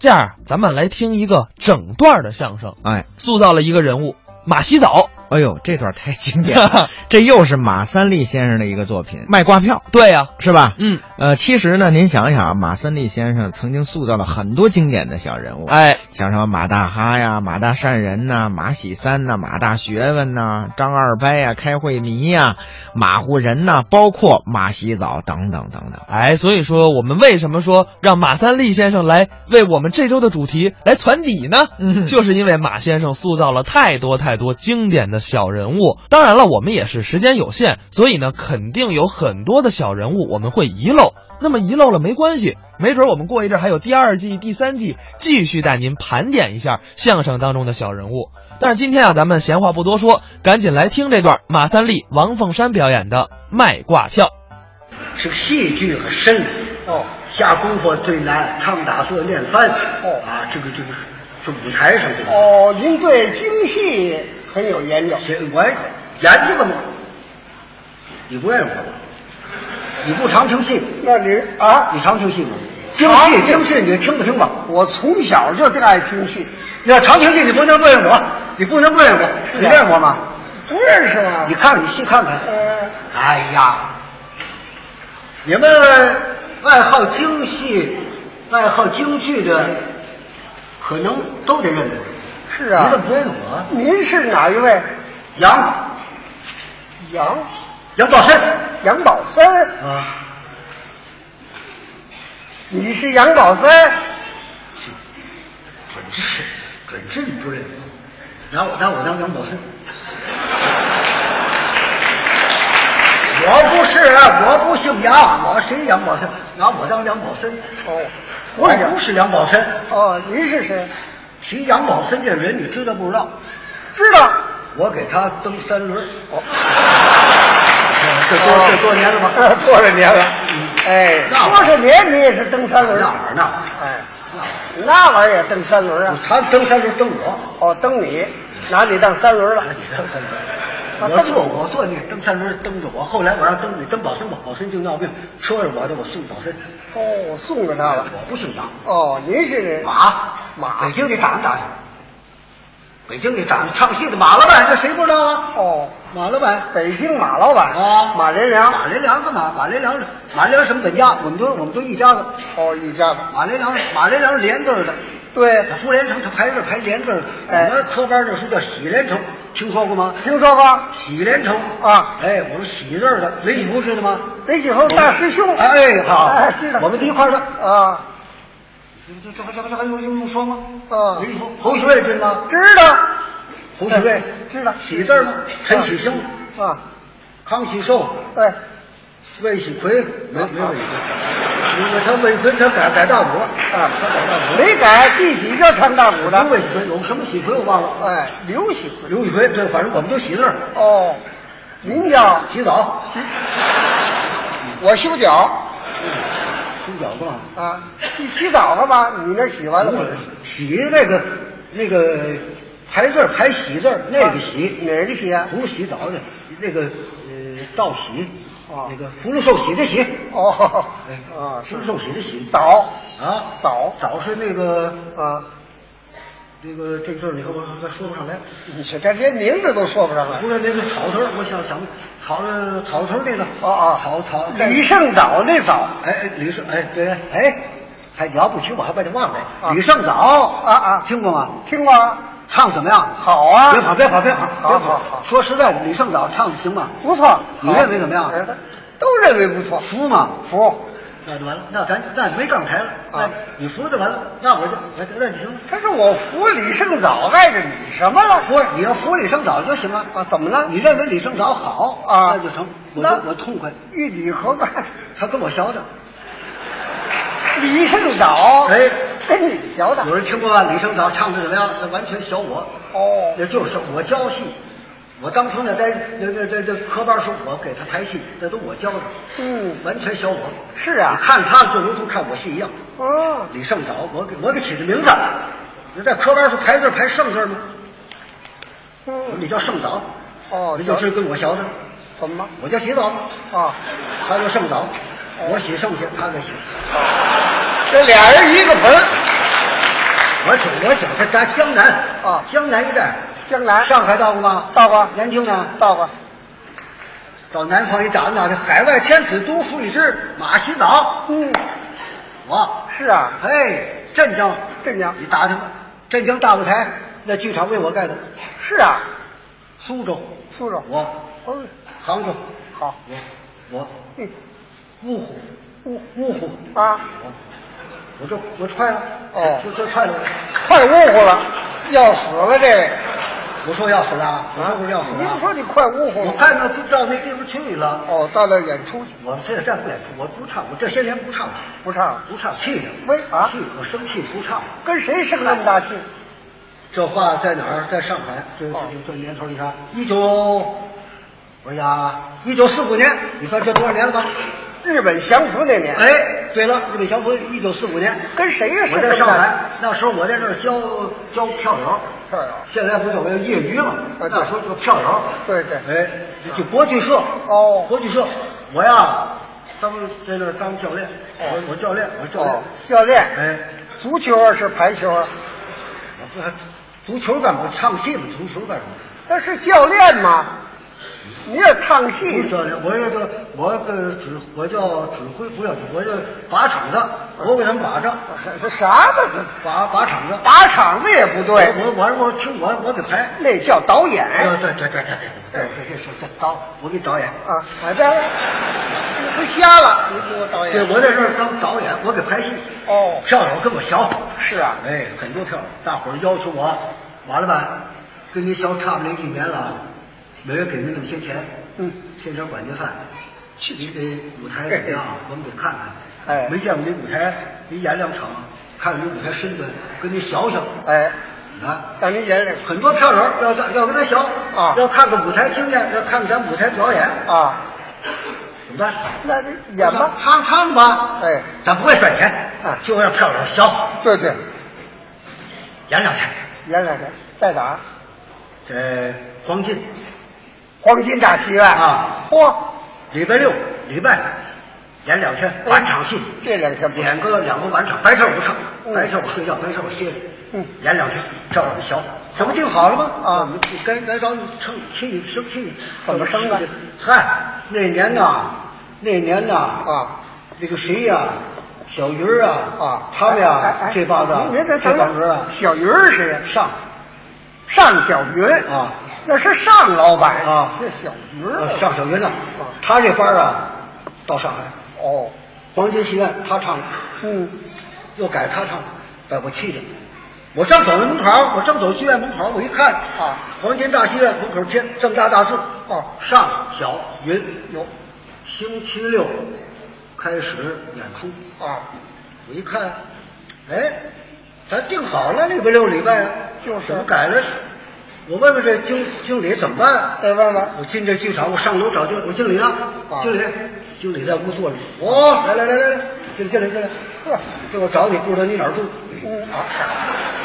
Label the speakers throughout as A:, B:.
A: 这样，咱们来听一个整段的相声，
B: 哎，
A: 塑造了一个人物马洗澡。
B: 哎呦，这段太经 典了，这又是马三立先生的一个作品，卖挂票
A: 对呀、
B: 是吧？
A: 嗯，
B: 呃，其实呢，您想想啊，马三立先生曾经塑造了很多经典的小人物，啊
A: 哎，
B: 像什么马大哈呀、马大善人呐、马喜三呐、马大学问呐、张二掰呀、开会迷呀、马户人呐、包括马洗澡等等等等。
A: 哎，所以说我们为什么说让马三立先生来为我们这周的主题来传底呢？
B: 嗯
A: 就是因为马先生塑造了太多太多经典的小人物。当然了，我们也是时间有限，所以呢，肯定有很多的小人物我们会遗漏。那么遗漏了没关系，没准我们过一阵儿还有第二季、第三季，继续带您盘点一下相声当中的小人物。但是今天啊，咱们闲话不多说，赶紧来听这段马三立、王凤山表演的卖挂票。
C: 这个戏剧很深
D: 哦，
C: 下功夫最难，唱打坐练翻
D: 哦
C: 啊，这个这个这舞台上这个，
D: 哦，您对京戏很有研究。
C: 谁我研究过吗？你不认识我吧？你不常听戏，
D: 那您啊
C: 你，常听戏吗？京
D: 常
C: 戏
D: 听
C: 京戏你听不听吧？
D: 啊我从小就爱听戏，
C: 你要常听戏，你不能不认识我，你不能不认识我，你认识我吗？
D: 啊不认识啊。
C: 你看你细看看，
D: 呃，
C: 哎呀，你们爱好京戏、爱好京剧的，可能都得认得我。
D: 是啊。
C: 你怎么不认识我啊？
D: 您是哪一位？
C: 杨
D: 杨
C: 杨宝森
D: 杨宝森儿，
C: 啊，
D: 你是杨宝森儿？
C: 准是准是你不认得我，拿我拿我当杨宝森。我不是，我不姓杨，我谁杨宝森？拿我当杨宝森？
D: 哦，
C: 我
D: 哎呀
C: 不是杨宝森。
D: 哦，您是谁？
C: 提杨宝森这人，你知道不知道？
D: 知道。
C: 我给他蹬三轮儿。哦，这多这多年了嗯吧？
D: 呃哦 多少年了？哎，
C: 那
D: 多少年你也是蹬三轮儿？
C: 那玩意儿那玩意儿嗯
D: 哎，那玩意儿也蹬三轮儿啊？
C: 他蹬三轮儿蹬我，
D: 哦，蹬你，拿你当三轮了
C: 你。蹬三轮儿。
D: 啊
C: 我
D: 蹬
C: 坐我坐那蹬三轮儿蹬着我，后来我让蹬你蹬宝森吧，宝森就尿病，车是我的，我送宝森。
D: 哦，送给他了。
C: 我不姓杨，
D: 哦，您是那
C: 马
D: 马
C: 北京你打听打听，北京你打听唱戏的马老板，这谁不知道啊？
D: 哦，
C: 马老板，
D: 北京马老板
C: 啊
D: 哦马连良。
C: 马连良干嘛？马连良，马连良什么本家？我们都我们都一家子。
D: 哦，一家子。
C: 马连良，马连良是连字儿的，
D: 对，
C: 呼连城他排字儿排连字儿的。
D: 哎
C: 我们科班的时候叫喜连城，听说过吗？
D: 听说过
C: 喜连城
D: 啊
C: 哎，我们喜字儿的，雷喜夫知道吗？
D: 北九侯大师兄。
C: 哎，好，
D: 哎，知道。
C: 我们在一块儿的。
D: 啊，
C: 这这这这还用用说吗？
D: 啊
C: 雷喜夫，侯喜瑞知道吗？
D: 知道。哎
C: 侯喜瑞
D: 知道
C: 喜字儿吗？陈喜生、
D: 啊，哎
C: 康喜寿、
D: 对，
C: 魏喜奎，没没魏喜奎，因为他魏奎他改改大鼓啊，他改大鼓。
D: 没改，第几就唱大鼓
C: 有
D: 的。
C: 魏喜奎，有什么喜奎我忘了。
D: 哎，刘喜奎。
C: 刘喜奎，对，反正我们都喜字儿。
D: 哦，您叫
C: 洗澡，
D: 我修脚。
C: 洗脚干嘛？
D: 啊，你洗澡了吧？你那洗完了吗？
C: 洗那个那个排字儿排喜字儿那个喜，
D: 哪个洗啊？
C: 不是洗澡的，那个呃道喜，
D: 哦
C: 那个福禄寿喜的喜，
D: 哦，啊，
C: 福禄寿喜的喜，
D: 澡
C: 啊
D: 澡
C: 澡是那个呃
D: 啊，
C: 那个这个字儿你看我还说不上来，
D: 嗯你这这连名字都说不上来
C: 不。是那个草头儿，我想想草呃草头儿那个
D: 哦哦，
C: 草草
D: 李胜藻那藻
C: 哎哎，李胜，哎，对，哎，还你要不提，我还把你忘了。
D: 啊
C: 李胜藻
D: 啊啊
C: 听过吗？
D: 听过啊？
C: 唱怎么样？
D: 好啊
C: 别跑，别跑，别跑，
D: 好
C: 别
D: 好
C: 跑。
D: 好
C: 说实在的，李胜藻唱的行吗？
D: 不错，
C: 你认为怎么样
D: 好？哎都认为不错。
C: 服吗？
D: 服，
C: 那就完了，那咱那没杠台了
D: 啊
C: 那你服就完了，那我就那那就行了。
D: 可是我服李胜藻碍着你什么了？
C: 不是，你要服李胜藻就行了
D: 啊怎么了
C: 你认为李胜藻好
D: 啊
C: 那就成，我
D: 那
C: 就我痛快。
D: 与你何干？
C: 他跟我学的，
D: 李胜藻
C: 哎
D: 跟你学的
C: 有人听过吧？李胜藻唱的怎么样？那完全学我。
D: 哦
C: 那就是我教戏。我当初呢，在那那那那科班时候，我给他排戏，那都我教的，
D: 嗯
C: 完全小我。
D: 是啊
C: 你看他就如同看我戏一样。
D: 哦，
C: 李胜藻，我给我给起的名字，你在科班时候排字排胜字吗？
D: 嗯
C: 你叫胜藻，
D: 哦
C: 你就是跟我学的，
D: 怎么了
C: 我叫洗澡，
D: 啊？
C: 他叫胜藻，我洗胜去，他给洗。
D: 这俩人一个盆儿，
C: 我请我请他咱江南
D: 啊
C: 江南一带，
D: 江南
C: 上海到过吗？
D: 到过
C: 南京呢？
D: 到过，
C: 到南方一打那是海外天子都赋予之马洗澡，
D: 嗯，
C: 我
D: 是啊，
C: 哎，镇江，
D: 镇江
C: 你打听吧，镇江大舞台那剧场为我盖的，
D: 是啊，
C: 苏州，
D: 苏州，
C: 我
D: 嗯，
C: 杭州，
D: 好，
C: 我我
D: 嗯，
C: 芜湖，
D: 芜
C: 芜湖，
D: 啊，
C: 我我就我踹了，
D: 哦
C: 就就踹了，
D: 快芜湖了，要死了这个，
C: 我说要死了，啊我说不是要死了，
D: 您说你快芜湖
C: 我
D: 了，
C: 快到到那地方去了，
D: 哦，到那儿演出去
C: 我这再不演出，我不唱，我这些年不唱了，
D: 不唱了，
C: 不唱，气的，
D: 为啊
C: 气，我生气不唱。
D: 跟谁生那么大气？
C: 这话在哪儿？在上海，这这
D: 哦
C: 这年头，你看，一九，哎呀，一九四五年，你看这多少年了吧？
D: 日本降服那年，
C: 哎，对了，日本降服一九四五年，
D: 跟谁呀？
C: 我在上海，那时候我在这儿教教票友，
D: 这儿啊，
C: 现在不有个业余嘛？
D: 对
C: 那时候就票友，
D: 对对
C: 哎，就国际社，
D: 哦
C: 国际社，我呀，当在那儿当教练，我我教练，我教练
D: 哦，，教练，
C: 哎，
D: 足球啊是排球啊，
C: 我不足球干嘛？唱戏嘛，足球干什么？
D: 那是教练嘛，你也唱戏
C: 不是教练，我这个我个指我叫指挥，不叫指挥，我叫把场子，我给他们把着，
D: 这啥吧？这
C: 把把场子。
D: 打场子也不对，
C: 我我我听我我给排。
D: 那叫导演。
C: 哎呦，对对对对对对对，这是导，我给导演。
D: 啊，好的，你不瞎了，你给我导演。
C: 对，我在这儿当导演，我给排戏，
D: 哦，
C: 票友跟我学。
D: 是啊，
C: 哎，很多票友，大伙儿要求我，完了吧，跟您学差不离一年了，每月给您那么些钱，
D: 嗯，
C: 添点管家饭，去你这舞台怎么样？我们得看看。
D: 哎
C: 没见过你舞台，你演两场，看看你舞台身段，跟你学学。
D: 哎，
C: 啊，
D: 让您演两
C: 很多票友要在要跟他学
D: 啊
C: 要看看舞台经验，要看看咱舞台表演，
D: 啊，
C: 怎么办？
D: 那你演吧。
C: 唱唱吧。
D: 哎，
C: 咱不会算钱，
D: 啊
C: 就让票友学
D: 对对，
C: 演两天。
D: 演两天，在哪儿？
C: 这呃黄金
D: 黄金大戏院
C: 啊
D: 嚯，
C: 礼拜六、礼拜演两天晚场戏，
D: 哦这两天不
C: 演个两个晚场，白天我不唱，
D: 嗯
C: 白天我睡觉，白天我歇着，
D: 嗯
C: 演两天，票友学。怎么定好了吗？
D: 啊
C: 你你该该找你生气生气，
D: 怎么生的啊
C: 气嗨，那年呐，那年呐啊，那个谁呀、小鱼儿啊
D: 啊，
C: 他们呀
D: 哎、哎
C: 这帮子啊，
D: 您别
C: 这
D: 等
C: 帮人啊，
D: 小云儿谁呀？哎
C: 上
D: 尚小云
C: 啊，
D: 那是尚老板
C: 啊
D: 这小云
C: 呃
D: 儿
C: 上小云呢
D: 啊，
C: 他这班儿啊，到上海
D: 哦，
C: 黄金戏院他唱了，
D: 嗯，
C: 又改他唱了，把我气的。我正走到门口儿，我正走剧院门口儿，我一看
D: 啊，
C: 黄金大戏院门口儿贴这么大大字，
D: 哦
C: 上小云有，星期六开始演出。
D: 啊，
C: 我一看，哎，咱定好了礼拜六礼拜啊，
D: 就是
C: 怎么改了？我问问这经经理怎么办啊？
D: 再问问
C: 我进这剧场，我上楼找经我经理呢？
D: 啊
C: 经理，经理在屋坐着。哦，来来来来，进进来进来，
D: 呵，
C: 这我找你，不知道你哪儿住。
D: 嗯 啊，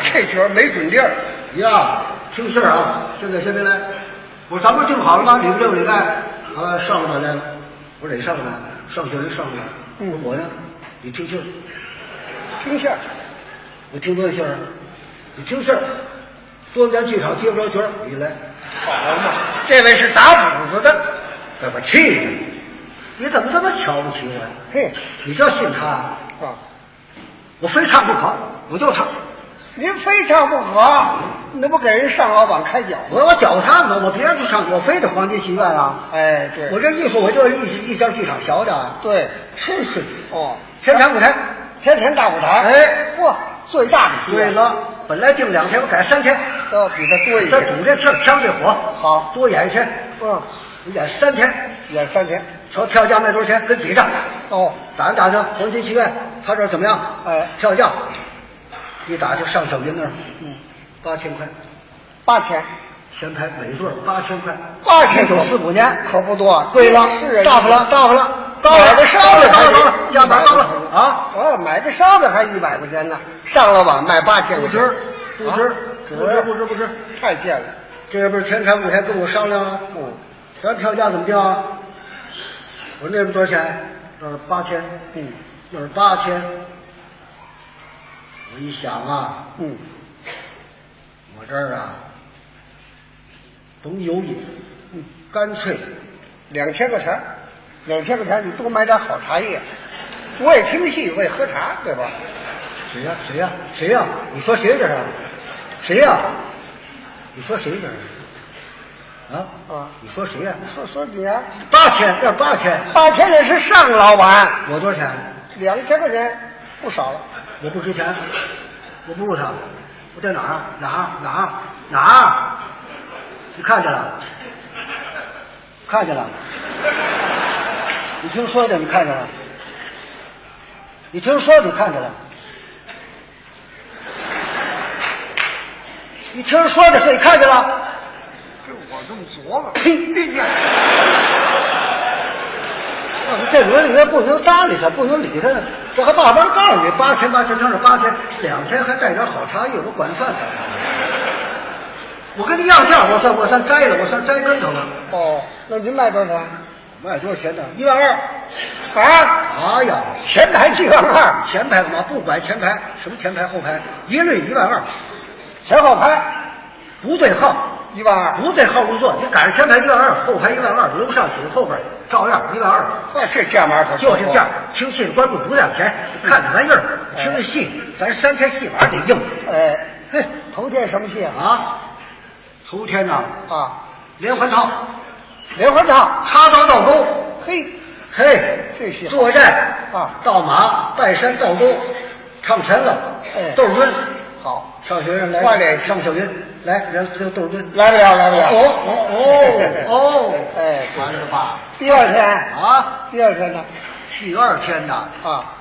D: 这角儿没准地儿。
C: 呀，听信儿啊，现在先别来。我说咱们定好了吗？礼拜六礼拜，啊，上个班来了。我说哪上个班？上学人上个班。
D: 嗯
C: 我说我呢？你听信儿。
D: 听信儿，
C: 我听多信儿，你听信儿，多咱剧场接不着角儿，你来，
D: 好嘛，这位是打补子的，
C: 把我气的，你怎么这么瞧不起我呀？
D: 嘿，
C: 你就信他，
D: 啊，
C: 我非唱不可，我就唱，
D: 您非唱不可，那不给人尚老板开脚吗？
C: 我我脚唱嘛，我别人不唱，我非得黄金戏院啊，
D: 哎，对，
C: 我这艺术我就是一一家剧场学的，
D: 对，
C: 真是
D: 哦，
C: 天坛舞台，
D: 天坛大舞台，
C: 哎
D: 嚯，最大的戏
C: 对
D: 院，
C: 了，本来定两天，我改三天，
D: 要比他多一
C: 再
D: 些，
C: 赌这气儿，呛这火，
D: 好
C: 多演一天，
D: 嗯，
C: 我演三天，
D: 演三天，
C: 瞧票价卖多少钱，跟比着。
D: 哦，
C: 打听打听黄金戏院，他这儿怎么样？
D: 哎
C: 票价，一打听上小云那儿
D: 嗯，
C: 八千块，
D: 八千，
C: 前排每座八千块，
D: 八千
C: 一九四五年，
D: 可不多，
C: 贵了，
D: 是啊，
C: 大发了，大发了，高
D: 买个
C: 了，
D: 烧
C: 了，
D: 的
C: 高
D: 还
C: 了，
D: 得
C: 高了，价码高了啊！！
D: 哦，买个烧的还一百块钱呢，上了网卖八千
C: 不
D: 块
C: 值
D: 钱，，
C: 不值
D: 啊，
C: 不值，不值，不值。
D: 太贱了。
C: 这不是天坛舞台跟我商量啊，
D: 嗯，
C: 咱票价怎么定啊？我那边多少钱？这儿八千，
D: 嗯，
C: 那儿八千，我一想啊，
D: 嗯，
C: 我这儿啊，甭油饮，干脆
D: 嗯两千个钱，两千个钱，你多买点好茶叶。我也听戏，我也喝茶，对吧？
C: 谁呀、谁呀、谁呀、你说谁这是？谁呀、你说谁这是？啊
D: 啊
C: 你说谁呀、
D: 说说你啊，
C: 八千，这八千，
D: 八千也是上老板，
C: 我多少钱？
D: 两千块钱不少了。
C: 我不值钱，我不如他。我在哪儿啊？哪儿？哪儿？哪儿？啊你看见了？看见了？你听说的，你看见了？你听说的，你看见了？你听说的事，你看见了？
D: 这我这么琢磨，
C: 我们这轮里面不能搭理他，不能理他，这还慢慢告诉你，八千八千，这是八千，两千还带点好茶叶，我管饭的。我跟你要价，我算我算摘了，我算摘跟头了。
D: 哦，那您卖多少钱？
C: 卖多少钱呢？一万二。
D: 啊，
C: 哎呀，
D: 前台一万二，
C: 前排干嘛？不管前排，什么前排后排，一律一万二，
D: 前后拍
C: 不对号，
D: 一万二。
C: 啊不对号入座。你赶上前排一万二，后排一万二，楼上紧后边照样一万二。
D: 那这价码可
C: 哦就这价，听戏的观众不要钱，看这玩意儿，听这戏，咱三天戏法得硬
D: 哎，嘿，头天什么戏啊？
C: 啊！头天呐，
D: 啊，
C: 连环套，
D: 莲花套。
C: 插刀倒钩，
D: 嘿，
C: 嘿，
D: 这戏好
C: 作战
D: 啊
C: 倒马，拜山倒钩，唱全了
D: 哎，
C: 窦儿蹲，
D: 好，
C: 上学人来，
D: 快点
C: 上小云来，人这窦儿蹲，
D: 来不了，来不了。
C: 哦哦哦哦，
D: 哎，
C: 完了吧？
D: 第二天，
C: 啊，
D: 第二天呢？
C: 第二天呐，
D: 啊，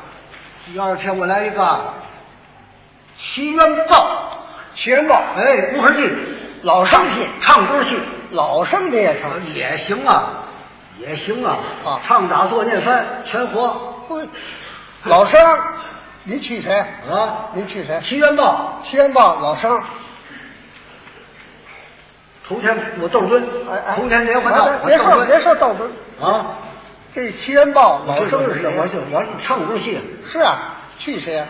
C: 第二天我来一个奇冤报。
D: 齐人报
C: 哎，古河记
D: 老生戏，
C: 唱歌戏嗯
D: 老生的也成。
C: 也行啊，也行啊，
D: 啊
C: 唱打坐念翻全活
D: 不老生，您去谁？
C: 啊。
D: 您去谁？
C: 齐元报
D: 齐元报老生。
C: 头天我窦敦
D: 哎，哎，
C: 头天连环套，
D: 别
C: 我
D: 说
C: 窦
D: 别
C: 敦
D: 说道德，
C: 啊，
D: 这齐元报老生
C: 是
D: 是
C: 什
D: 谁
C: 么？
D: 呀？
C: 就我唱歌戏。
D: 是啊，去谁呀？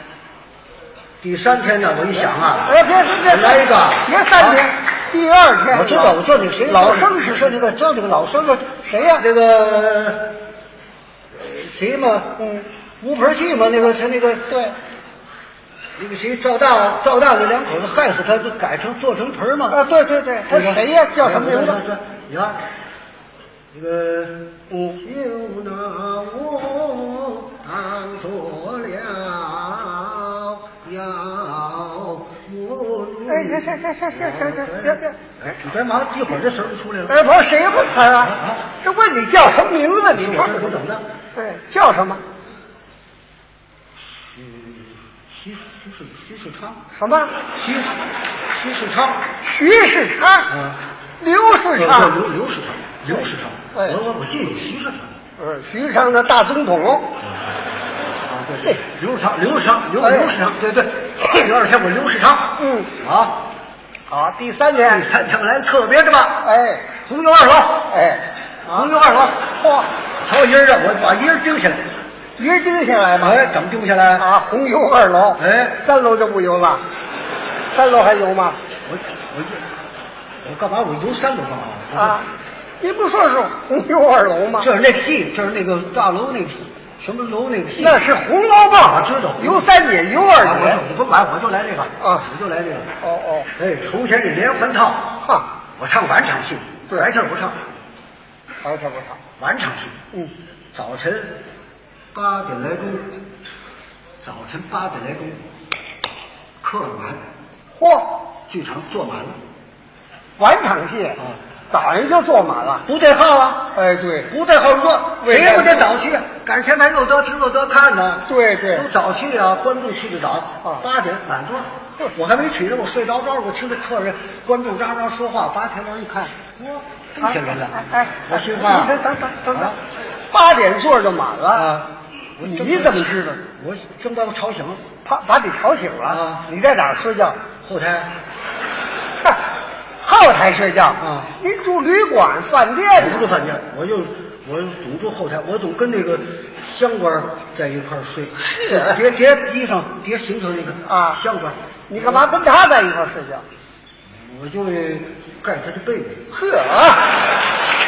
C: 第三天呢，我一想啊，
D: 哎，别别别，
C: 来一个，
D: 别三天
C: 啊，
D: 第二天。
C: 我知道，我知道那谁
D: 老生是
C: 说那
D: 谁？
C: 个，知道那个老生啊，
D: 谁呀
C: 那个呃谁嘛，
D: 嗯，
C: 吴盆记嘛，那个他那个
D: 对，
C: 那个谁赵大赵大那两口子害死他，就改成做成盆儿嘛。
D: 啊，对对对，他谁呀？叫什么名
C: 哎
D: 字？？
C: 你看，那个
D: 哎
C: 嗯，哎就那我当做了要我。
D: 哎行行行行行行别别
C: 哎，你别忙，一会儿这声儿就出来了。
D: 哎，不是谁不词儿
C: 啊
D: 啊？这问你叫什么名字？啊你
C: 是
D: 说
C: 我这不懂的。
D: 对，叫什么？
C: 嗯徐徐世徐世昌，
D: 什么？
C: 徐徐世昌，
D: 徐世昌，
C: 啊，
D: 刘世
C: 不
D: 昌，
C: 是刘刘世昌，刘世昌，
D: 哎
C: 我我我记得有徐世昌。
D: 嗯，徐世昌的大总统，
C: 啊，对对，刘世昌，刘世昌，刘刘世昌，对对，第二天我刘世昌，
D: 哎嗯，
C: 啊，
D: 好，第三
C: 第
D: 天，
C: 三天我来特别的吧，
D: 哎
C: 红油二楼，
D: 哎，
C: 红油二楼，
D: 嚯，
C: 瞧一人啊，我把一人盯下来，
D: 一人盯下来嘛，
C: 哎，怎么盯下来？
D: 啊，红油二楼，
C: 哎
D: 三楼就不油了，三楼还油吗？
C: 我我一我干嘛？我游三楼干嘛？我
D: 啊，你不说是红油二楼吗？
C: 嗯这是那个戏，这是那个大楼那个什么楼那个戏，
D: 那是红楼
C: 我
D: 梦，
C: 知道
D: 油三姐，油二
C: 啊我
D: 姐，
C: 我不管，我就来那个
D: 啊
C: 我就来那个，
D: 哦哦，
C: 哎，头天这连环套，
D: 哈，
C: 我唱晚场戏，
D: 对
C: 白天不唱，
D: 好巧不巧，
C: 晚场戏。
D: 嗯，
C: 早晨八点来钟，早晨八点来钟，客满，
D: 嚯，
C: 剧场坐满了，
D: 晚场戏
C: 啊，
D: 早上就坐满了，
C: 不对号啊，
D: 哎对，
C: 不对号坐，
D: 为
C: 谁
D: 啥
C: 也不得早去，啊赶上前排又得听又得看呢，
D: 对对
C: 都早去啊，观众去的早，八点满座。我还没起呢，我睡着着了，我听着客人、观众喳喳说话，八天王一看，哇，这些人了
D: 哎，哎，
C: 我心话
D: 你等等等等等
C: 啊，
D: 八点座就满了，
C: 我
D: 你
C: 正
D: 怎么知道？
C: 我正把我吵醒了，
D: 他把你吵醒了
C: 啊，
D: 你在哪儿睡觉？
C: 后台
D: 哼后台睡觉
C: 啊嗯
D: 您住旅馆、饭店
C: 我不
D: 呢？
C: 是饭店，我就我总住后台，我总跟那个香官在一块儿睡，叠叠衣裳，叠行头那个
D: 啊
C: 香官，
D: 你干嘛跟他在一块儿睡觉？
C: 我就盖他的被子。
D: 呵，啊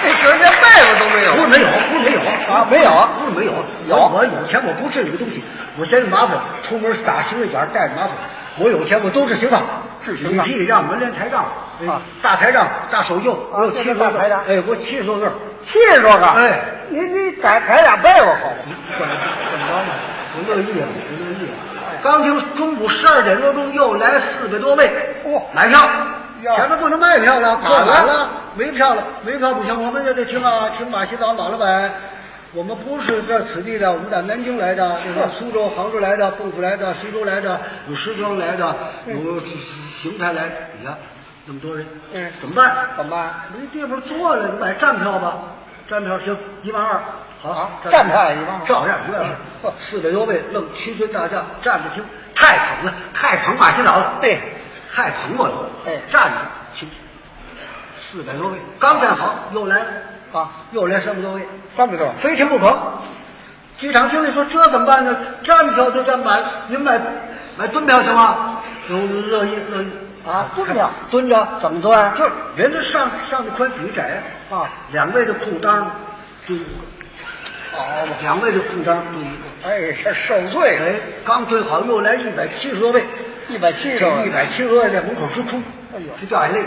D: 这侄儿连被子都没
C: 不是
D: 有。
C: 哎没有，不是没有
D: 啊没有啊
C: 不是没有。
D: 有
C: 我我有钱，我不治这个东西。我嫌麻烦，出门打行李卷，带着麻烦。我有钱，我都是行当，
D: 是行当
C: 礼仪让、门帘台让、哎
D: 啊
C: 大台让、大手印，我有七十多
D: 这是大
C: 个。
D: 台让
C: 哎，我七十多个。
D: 七十多个，
C: 哎，
D: 你你改改俩被窝好吗？
C: 管管着呢，我乐意啊，我乐意啊。 刚听中午十二点多钟又来四百多位，
D: 哇
C: 买票，
D: 呀
C: 前面不能卖票了，
D: 满了
C: 坐满了，没票了，没票不行，我们也得听啊，听马洗澡马老板。我们不是这儿此地的，我们打南京来的，这
D: 哦
C: 个苏州、杭州来的，蚌埠来的，徐州来的，有石庄来的，有邢台来的，你看那么多人，
D: 嗯
C: 怎么办？
D: 怎么办？
C: 没地方坐了，你买站票吧，站票行，一万二，好
D: 啊站票也一万二
C: 照样一万二，四百多位愣屈尊大将站着听，太捧了，太捧马洗澡了，
D: 对，
C: 太捧我了，
D: 哎
C: 站着听，四百多位刚站好，又来了
D: 啊，
C: 又来三百多位，
D: 三百多，
C: 非听不可。机场经理说：“这怎么办呢？站票都站满，您买买蹲票行吗？”我乐意乐意
D: 啊蹲票
C: 蹲着
D: 怎么蹲啊
C: 这人家上上的宽比你窄
D: 啊，
C: 两位的空当就一个，哦
D: 好嘛，
C: 两位的空当就一个。
D: 哎，这受罪了
C: 哎，刚蹲好又来一百七十多位，
D: 一百七十多
C: 这一百七十多位在门口直哭，
D: 哎呦
C: 直掉眼泪。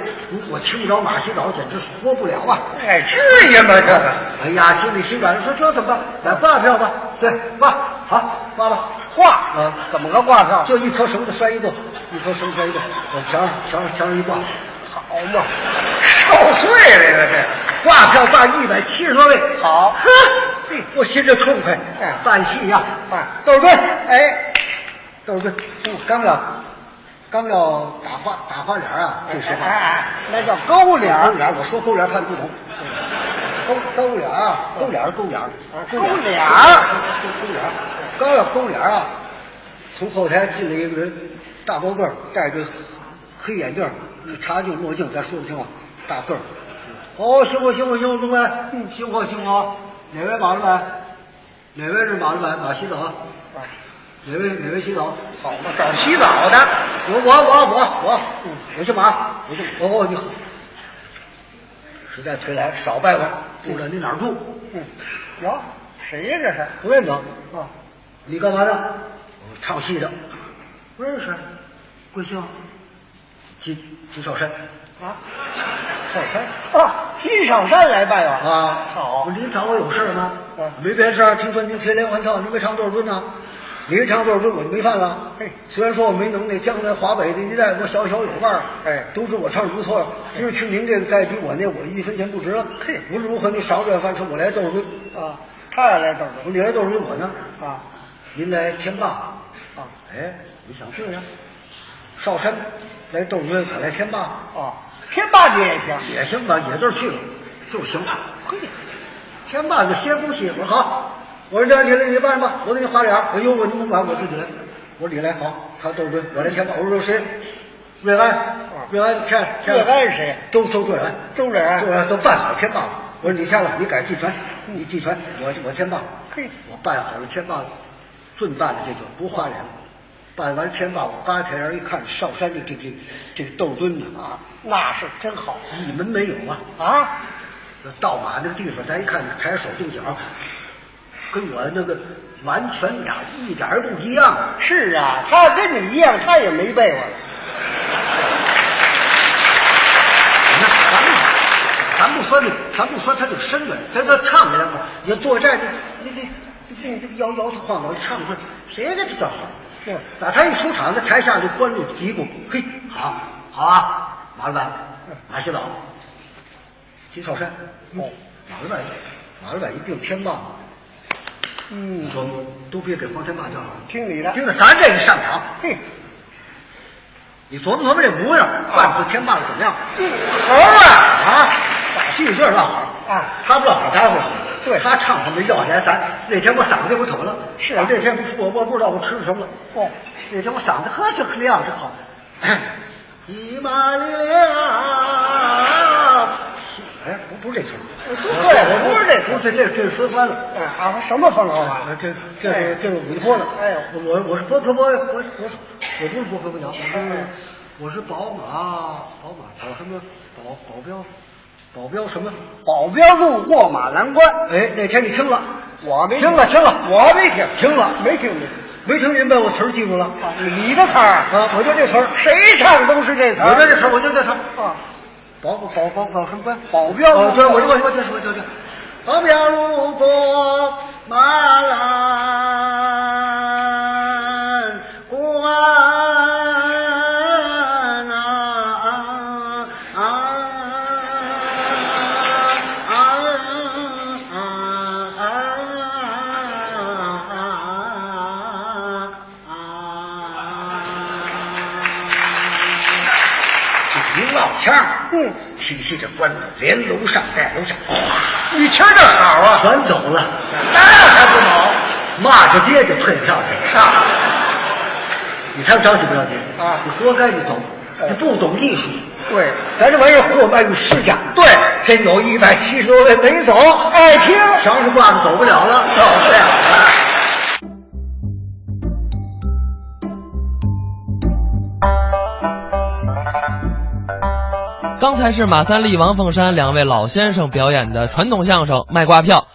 C: 我听不着马洗澡，简直是活不了啊！
D: 哎，至于吗这个？
C: 哎呀，经理心软了，说这怎么办？买挂票吧，对，挂好挂吧，
D: 挂
C: 嗯，
D: 呃怎么个挂票？
C: 就一条绳子拴一个，一条绳子拴一个，往墙上墙上墙上一挂，
D: 好嘛，受罪了这个
C: 挂票挂一百七十多位，
D: 这。好，
C: 呵，我心里痛快
D: 哎，
C: 办戏呀，
D: 办
C: 豆儿墩，哎，豆儿墩，我刚要刚要打花打花脸啊，这时候
D: 哎哎哎那叫勾脸
C: 勾脸，我说勾脸看不懂，勾勾脸啊，勾脸勾脸，
D: 勾脸
C: 勾勾脸，刚要勾脸啊，从后台进来一个人，大高个儿，戴着黑眼镜儿，茶镜墨镜，咱说不清啊，大个儿。哦，辛苦辛苦辛苦，中官，嗯，辛苦辛苦。哪位马老板？哪位是马老板？马洗澡啊？哪位哪位洗澡？
D: 好嘛，找洗澡的，
C: 我我我我我，嗯我姓马，我姓我我你好。实在推来少拜我，不知道你哪儿住，
D: 嗯，哟，谁呀这是？
C: 不认得。
D: 啊，
C: 你干嘛的？我说唱戏的。不认识。贵姓？金金少山。
D: 啊，小山啊，金上山来拜访
C: 啊，
D: 好
C: 我说您找我有事儿吗？
D: 嗯
C: 没别的事儿，听说您推连环套，您没唱多少吨呢？您唱多少吨，我就没犯了。
D: 嘿
C: 虽然说我没能耐，将来华北的一代我小小有腕儿，
D: 哎
C: 都知我唱的不错。今儿听您这个再比我那，我一分钱不值了。
D: 嘿
C: 无论如何，你少点饭吃，我来多少吨。
D: 啊，他也来这儿
C: 我说你来多少吨，我呢？
D: 啊
C: 您来天霸。
D: 啊
C: 哎，你想这样？少山来多少吨，我来天霸。
D: 啊，天霸你也行，
C: 也行吧，也就是去了，就是行。天霸就先不去，我说好，我说这样你来你办吧，我给你花脸儿，我有我你甭管，我自己来。我说你来好，他都是对，我来天霸。我说谁？瑞安，瑞安天天
D: 瑞哦安是谁？啊
C: 周周瑞安，
D: 周瑞安
C: 周瑞安都办好天霸了。我说你下来，你改继传，你继传，我我天霸。
D: 嘿
C: 我办好了天霸了，顺办了这就不花脸了。办完天霸，我扒开帘儿一看，少山这这这这个豆墩子啊，
D: 那是真好
C: 一门没有啊。
D: 啊，
C: 那到马那个地方，咱一看抬手动脚，跟我那个完全俩一点儿不一样啊。
D: 是啊，他跟你一样，他也没被窝了。
C: 那咱们咱不说那，咱不说他这个身段，咱他唱两个，你坐这儿，你你你你摇摇头晃脑唱出来，谁给他叫好？
D: 是
C: 咋他一出场，那台下这观众嘀咕：“嘿，好，好啊，马老板，马洗澡，金少山，
D: 哦，
C: 马老板，马老板一定天霸。”
D: 嗯
C: 你，说都别给黄天霸叫好。
D: 听你的，
C: 盯着咱这个上场，
D: 嘿，啊
C: 你琢磨琢磨这模样，办出天霸了怎么样？
D: 猴啊
C: 啊，把戏劲儿落好
D: 啊
C: 他不落好，咱不落好。
D: 对
C: 他唱什么要钱，咱那天我嗓子就不妥了。
D: 是啊
C: 我这天我我不知道我吃什么了。
D: 哦，
C: 那天我嗓子呵这个亮这好。 一马亮，哎，不不是这曲儿，
D: 我都对了我不是这
C: 不是这这是说翻了。
D: 哎啊，什么疯狂法？
C: 这这是这是委托的。
D: 哎呦
C: 我我我是波克波，我我是我不是波克波羊，我是我是宝马宝马宝什么保保镖保镖什么？
D: 保镖路过马栏关，
C: 哎，那天你听了，
D: 我没
C: 听了听了
D: 我没听，
C: 听了
D: 没听明
C: 没听明白我词儿记住了
D: 白。你的词儿，
C: 啊？我就这词儿，
D: 谁唱都是这词儿。
C: 我就这词儿，我就这词儿。
D: 啊，
C: 保保保保什么关？
D: 保镖路
C: 哦，对，
D: 过
C: 我就我就我就我就这。保镖路过马栏关啊啊啊啊啊啊！
D: 你老腔儿，
C: 嗯，
D: 提起这关子，连楼上带楼下，哗，
C: 你气儿正好啊，全走了，
D: 那还不好？
C: 骂着街就退票去了。
D: 啊，
C: 你猜我着急不着急？
D: 啊
C: 你活该你懂，你不懂艺术。
D: 对，
C: 咱这玩意儿货卖与市价，
D: 对
C: 真有一百七十多位没走，
D: 爱听
C: 绳子挂着走不了了，哎走不了了。
A: 刚才是马三立、王凤山两位老先生表演的传统相声《卖瓜票》。